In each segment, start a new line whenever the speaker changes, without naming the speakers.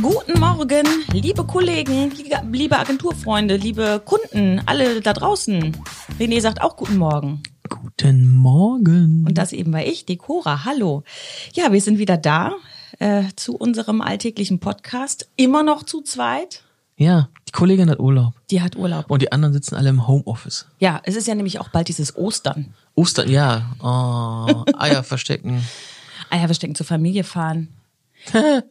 Guten Morgen, liebe Kollegen, liebe Agenturfreunde, liebe Kunden, alle da draußen. René sagt auch guten Morgen.
Guten Morgen.
Und das eben war ich, die Cora. Hallo. Ja, wir sind wieder da äh, zu unserem alltäglichen Podcast. Immer noch zu zweit.
Ja, die Kollegin hat Urlaub.
Die hat Urlaub.
Und die anderen sitzen alle im Homeoffice.
Ja, es ist ja nämlich auch bald dieses Ostern.
Ostern, ja. Oh, Eier verstecken.
Eier verstecken, zur Familie fahren.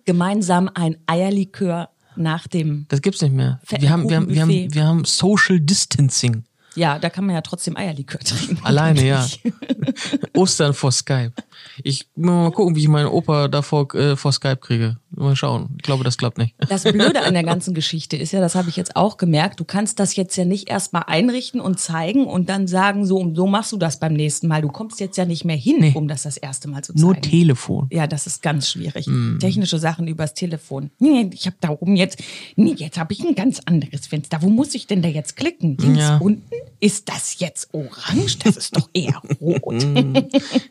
Gemeinsam ein Eierlikör nach dem.
Das gibt's nicht mehr. Wir haben, wir, haben, wir, haben, wir haben Social Distancing.
Ja, da kann man ja trotzdem Eierlikör trinken.
Alleine, ja. Ostern vor Skype. Ich mal gucken, wie ich meinen Opa davor äh, vor Skype kriege. Mal schauen. Ich glaube, das klappt nicht.
Das Blöde an der ganzen Geschichte ist ja, das habe ich jetzt auch gemerkt, du kannst das jetzt ja nicht erstmal einrichten und zeigen und dann sagen, so und so machst du das beim nächsten Mal. Du kommst jetzt ja nicht mehr hin, nee. um das das erste Mal zu zeigen.
Nur Telefon.
Ja, das ist ganz schwierig. Mm. Technische Sachen übers Telefon. Nee, ich habe da oben jetzt, nee, jetzt habe ich ein ganz anderes Fenster. Wo muss ich denn da jetzt klicken? Links ja. unten? Ist das jetzt orange? Das ist doch eher rot.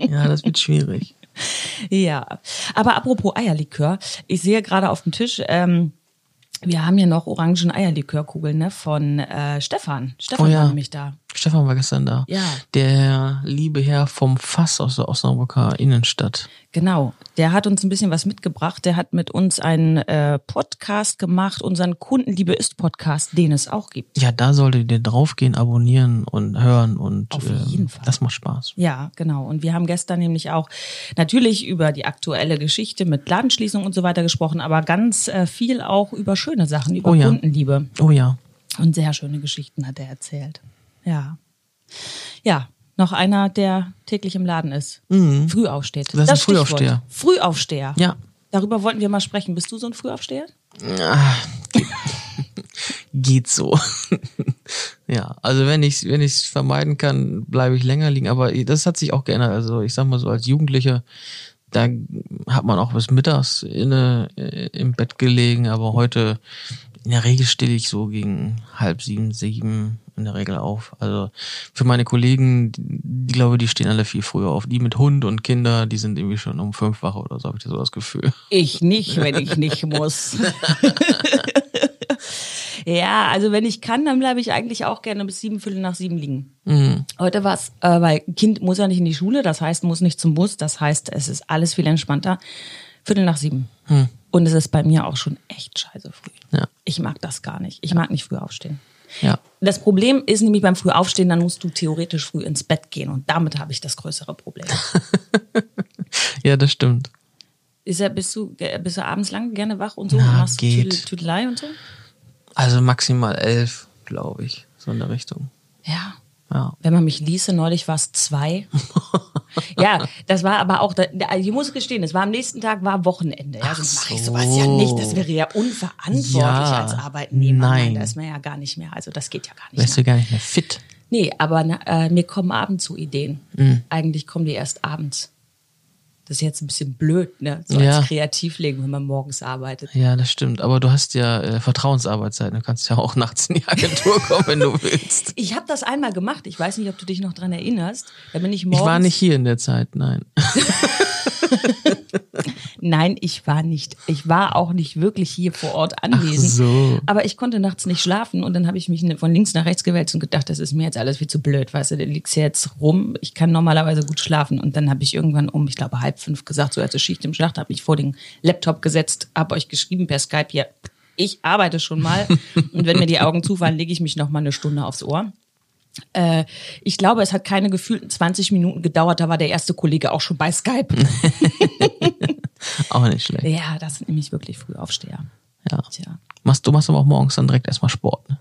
ja, das wird schwierig.
Ja, aber apropos Eierlikör, ich sehe gerade auf dem Tisch, ähm, wir haben ja noch orangen Eierlikörkugeln ne, von äh, Stefan. Stefan
Oh ja.
war nämlich da.
Stefan war gestern da.
Ja.
Der liebe Herr vom Fass aus der Osnabrücker Innenstadt.
Genau, der hat uns ein bisschen was mitgebracht. Der hat mit uns einen äh, Podcast gemacht, unseren Kundenliebe ist Podcast, den es auch gibt.
Ja, da solltet ihr draufgehen, abonnieren und hören und ähm,
Auf jeden Fall.
das macht Spaß.
Ja, genau. Und wir haben gestern nämlich auch natürlich über die aktuelle Geschichte mit Ladenschließung und so weiter gesprochen, aber ganz äh, viel auch über schöne Sachen, über
Oh ja.
Kundenliebe.
Oh ja.
Und sehr schöne Geschichten hat er erzählt. Ja. Ja, noch einer, der täglich im Laden ist. Früh aufsteht.
Mhm. Das ist ein
Stichwort.
Frühaufsteher.
Frühaufsteher.
Ja.
Darüber wollten wir mal sprechen. Bist du so ein Frühaufsteher?
Geht so. ja, also wenn ich wenn ich es vermeiden kann, bleibe ich länger liegen. Aber das hat sich auch geändert. Also ich sag mal so als Jugendlicher, da hat man auch bis mittags inne äh, im Bett gelegen. Aber heute in der Regel stehe ich so gegen halb sieben, sieben in der Regel auf. Also für meine Kollegen, die, die glaube die stehen alle viel früher auf. Die mit Hund und Kinder, die sind irgendwie schon um fünf wach oder so. Habe ich so das Gefühl.
Ich nicht, wenn ich nicht muss. ja, also wenn ich kann, dann bleibe ich eigentlich auch gerne bis sieben, Viertel nach sieben liegen. Heute war es, äh, weil Kind muss ja nicht in die Schule, das heißt, muss nicht zum Bus, das heißt, es ist alles viel entspannter. Viertel nach sieben. Und es ist bei mir auch schon echt scheiße früh.
Ja.
Ich mag das gar nicht. Ich mag nicht früh aufstehen.
Ja.
Das Problem ist nämlich beim Frühaufstehen, dann musst du theoretisch früh ins Bett gehen. Und damit habe ich das größere Problem.
Ja, das stimmt.
Ist ja, bist, du, äh, bist du abends lang gerne wach und so
Ja,
und machst
geht.
Tüdel- Tüdelei und so?
Also maximal elf, glaube ich, so in der Richtung.
Ja.
Ja.
Wenn man mich ließe, neulich war es zwei. ja, das war aber auch, da- da- ich muss gestehen, es war am nächsten Tag, war Wochenende. Ja, sonst
Ach
mache ich
so.
sowas ja nicht. Das wäre ja unverantwortlich
Ja.
als Arbeitnehmer.
Nein.
da ist man ja gar nicht mehr. Also das geht ja gar nicht.
Wärst du Mhm. gar nicht mehr fit.
Nee, aber na, äh, mir kommen abends so Ideen. Eigentlich kommen die erst abends. Das ist jetzt ein bisschen blöd, ne? So
Ja.
als Kreativling, wenn man morgens arbeitet.
Ja, das stimmt. Aber du hast ja äh, Vertrauensarbeitszeiten. Du kannst ja auch nachts in die Agentur kommen, wenn du willst.
Ich habe das einmal gemacht. Ich weiß nicht, ob du dich noch dran erinnerst. Da bin ich morgens.
Ich war nicht hier in der Zeit, nein.
Nein, ich war nicht. Ich war auch nicht wirklich hier vor Ort anwesend.
so.
Aber ich konnte nachts nicht schlafen und dann habe ich mich ne, von links nach rechts gewälzt und gedacht, das ist mir jetzt alles viel zu blöd, weißt du, du liegst hier jetzt rum, ich kann normalerweise gut schlafen. Und dann habe ich irgendwann um, ich glaube, halb fünf gesagt, so als es Schicht im Schlacht, habe mich vor den Laptop gesetzt, habe euch geschrieben per Skype hier, ich arbeite schon mal und wenn mir die Augen zufallen, lege ich mich noch mal eine Stunde aufs Ohr. Äh, ich glaube, es hat keine gefühlten 20 Minuten gedauert, da war der erste Kollege auch schon bei Skype.
Auch nicht schlecht.
Ja, das sind nämlich wirklich Frühaufsteher.
Ja.
Tja.
Machst, du machst aber auch morgens dann direkt erstmal Sport. Ne?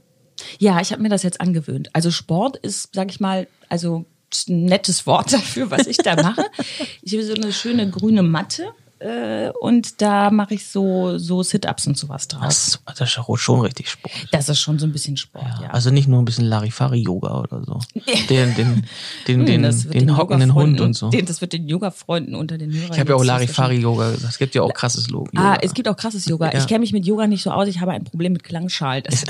Ja, ich habe mir das jetzt angewöhnt. Also Sport ist, sag ich mal, also ein nettes Wort dafür, was ich da mache. Ich habe so eine schöne grüne Matte äh, und da mache ich so, so Sit-Ups und sowas drauf.
Das, das ist ja schon richtig Sport.
Das ist schon so ein bisschen Sport, ja.
Also nicht nur ein bisschen Larifari-Yoga oder so. Den, den, den, den,
Hm, Das
den,
wird
hockenden Hund
Yoga-Freunden
und so.
Den, das wird den Yoga-Freunden unter den Hörern.
Ich habe ja auch
jetzt nicht so
Larifari-Yoga gesagt. Es gibt ja auch krasses Logo.
schlimm. Ah, es gibt auch krasses Yoga.
Ja.
Ich kenne mich mit Yoga nicht so aus. Ich habe ein Problem mit Klangschalen. Das-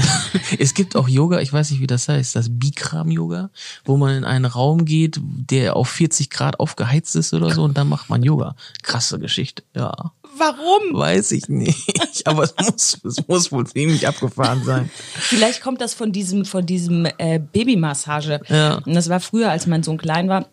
es gibt auch Yoga, ich weiß nicht, wie das heißt, das Bikram-Yoga, wo man in einen Raum geht, der auf 40 Grad aufgeheizt ist oder so und dann macht man Yoga. Krasse Geschichte, ja.
Warum?
Weiß ich nicht. Aber es muss, es muss wohl ziemlich abgefahren sein.
Vielleicht kommt das von diesem, von diesem äh, Babymassage.
Ja.
Und das war früher, als mein Sohn klein war.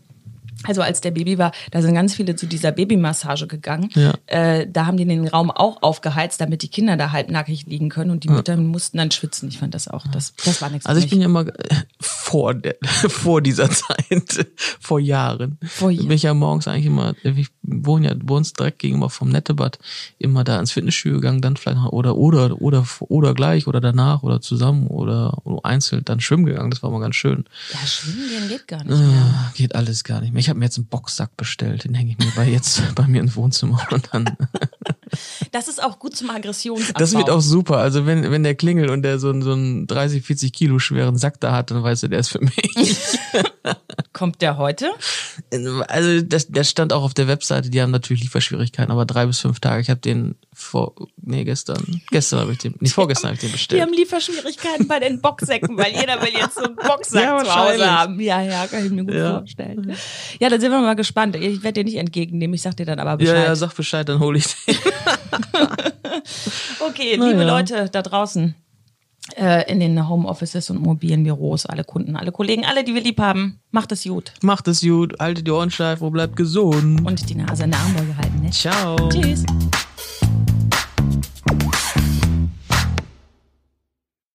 Also als der Baby war, da sind ganz viele zu dieser Babymassage gegangen.
Ja.
Äh, da haben die den Raum auch aufgeheizt, damit die Kinder da halbnackig liegen können und die Mütter mussten dann schwitzen. Ich fand das auch, das, das war nichts
Also
für
ich bin ja immer äh, vor, der, vor dieser Zeit, vor Jahren,
Vor Jahren.
bin ich ja morgens eigentlich immer, ich wohne ja, wohnst direkt gegenüber vom Nettebad, immer da ins Fitnessstudio gegangen, dann vielleicht noch, oder, oder, oder, oder gleich, oder danach, oder zusammen, oder, oder einzeln, dann schwimmen gegangen, das war mal ganz schön.
ja, schwimmen gehen geht gar nicht mehr.
Ah, Geht alles gar nicht mehr. Ich habe mir jetzt einen Boxsack bestellt, den hänge ich mir bei jetzt bei mir ins Wohnzimmer und dann.
Das ist auch gut zum Aggressionsabbau.
Das wird auch super. Also wenn, wenn der klingelt und der so, einen- so einen 30, 40 Kilo schweren Sack da hat, dann weißt du, der ist für mich.
Kommt der heute?
Also das, der stand auch auf der Webseite, die haben natürlich Lieferschwierigkeiten, aber drei bis fünf Tage. Ich habe den vor, nee, gestern. Gestern habe ich den, nicht vorgestern habe ich den
Wir
bestellt.
haben Lieferschwierigkeiten bei den Boxsäcken, weil jeder will jetzt so einen Boxsack
Ja,
zu
wahrscheinlich.
Hause haben. Ja, ja, kann ich mir gut
Ja.
vorstellen. Ja, dann sind wir mal gespannt. Ich werde dir nicht entgegennehmen, ich sag dir dann aber
Ja,
Bescheid.
ja, sag Bescheid, dann hole ich den.
Okay,
Na
liebe
ja.
Leute da draußen äh, in den Homeoffices und mobilen Büros, alle Kunden, alle Kollegen, alle, die wir lieb haben, macht es gut
Macht es gut, haltet die Ohren steif und bleibt gesund.
und die Nase in der Armbeuge halten. Ne?
Ciao.
Tschüss.